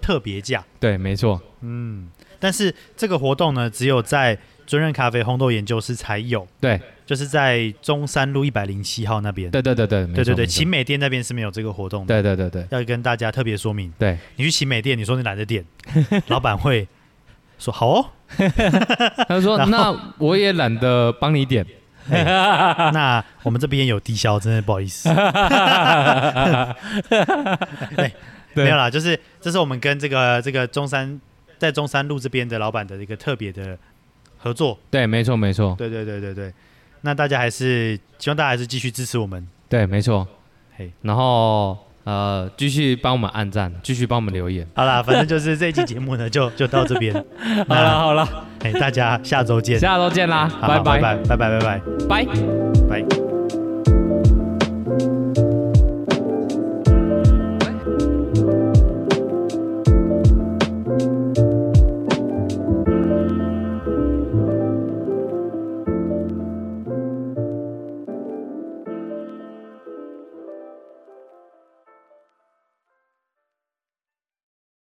特别价，对，没错。嗯，但是这个活动呢，只有在尊任咖啡烘豆研究室才有，对，就是在中山路一百零七号那边，对对对对，没对错对对，没错奇美店那边是没有这个活动的，对对对对要跟大家特别说明。 [LAUGHS] 对，你去奇美店，你说你懒 [LAUGHS] 得点，老板会说好哦，他说：“然后那我也懒得帮你点。啊那我们这边有低消，真的不好意思。对， [LAUGHS] 对没有啦，就是这是我们跟这个这个中山在中山路这边的老板的一个特别的合作。”对，没错没错，对对对对对，那大家还是希望大家还是继续支持我们。对没错。嘿，然后呃，继续帮我们按赞，继续帮我们留言。好 [LAUGHS] 啦，反正就是这一期节目呢，就就到这边。好了好了，哎，大家下周见。下周见啦，好拜拜拜拜拜拜拜拜。拜。拜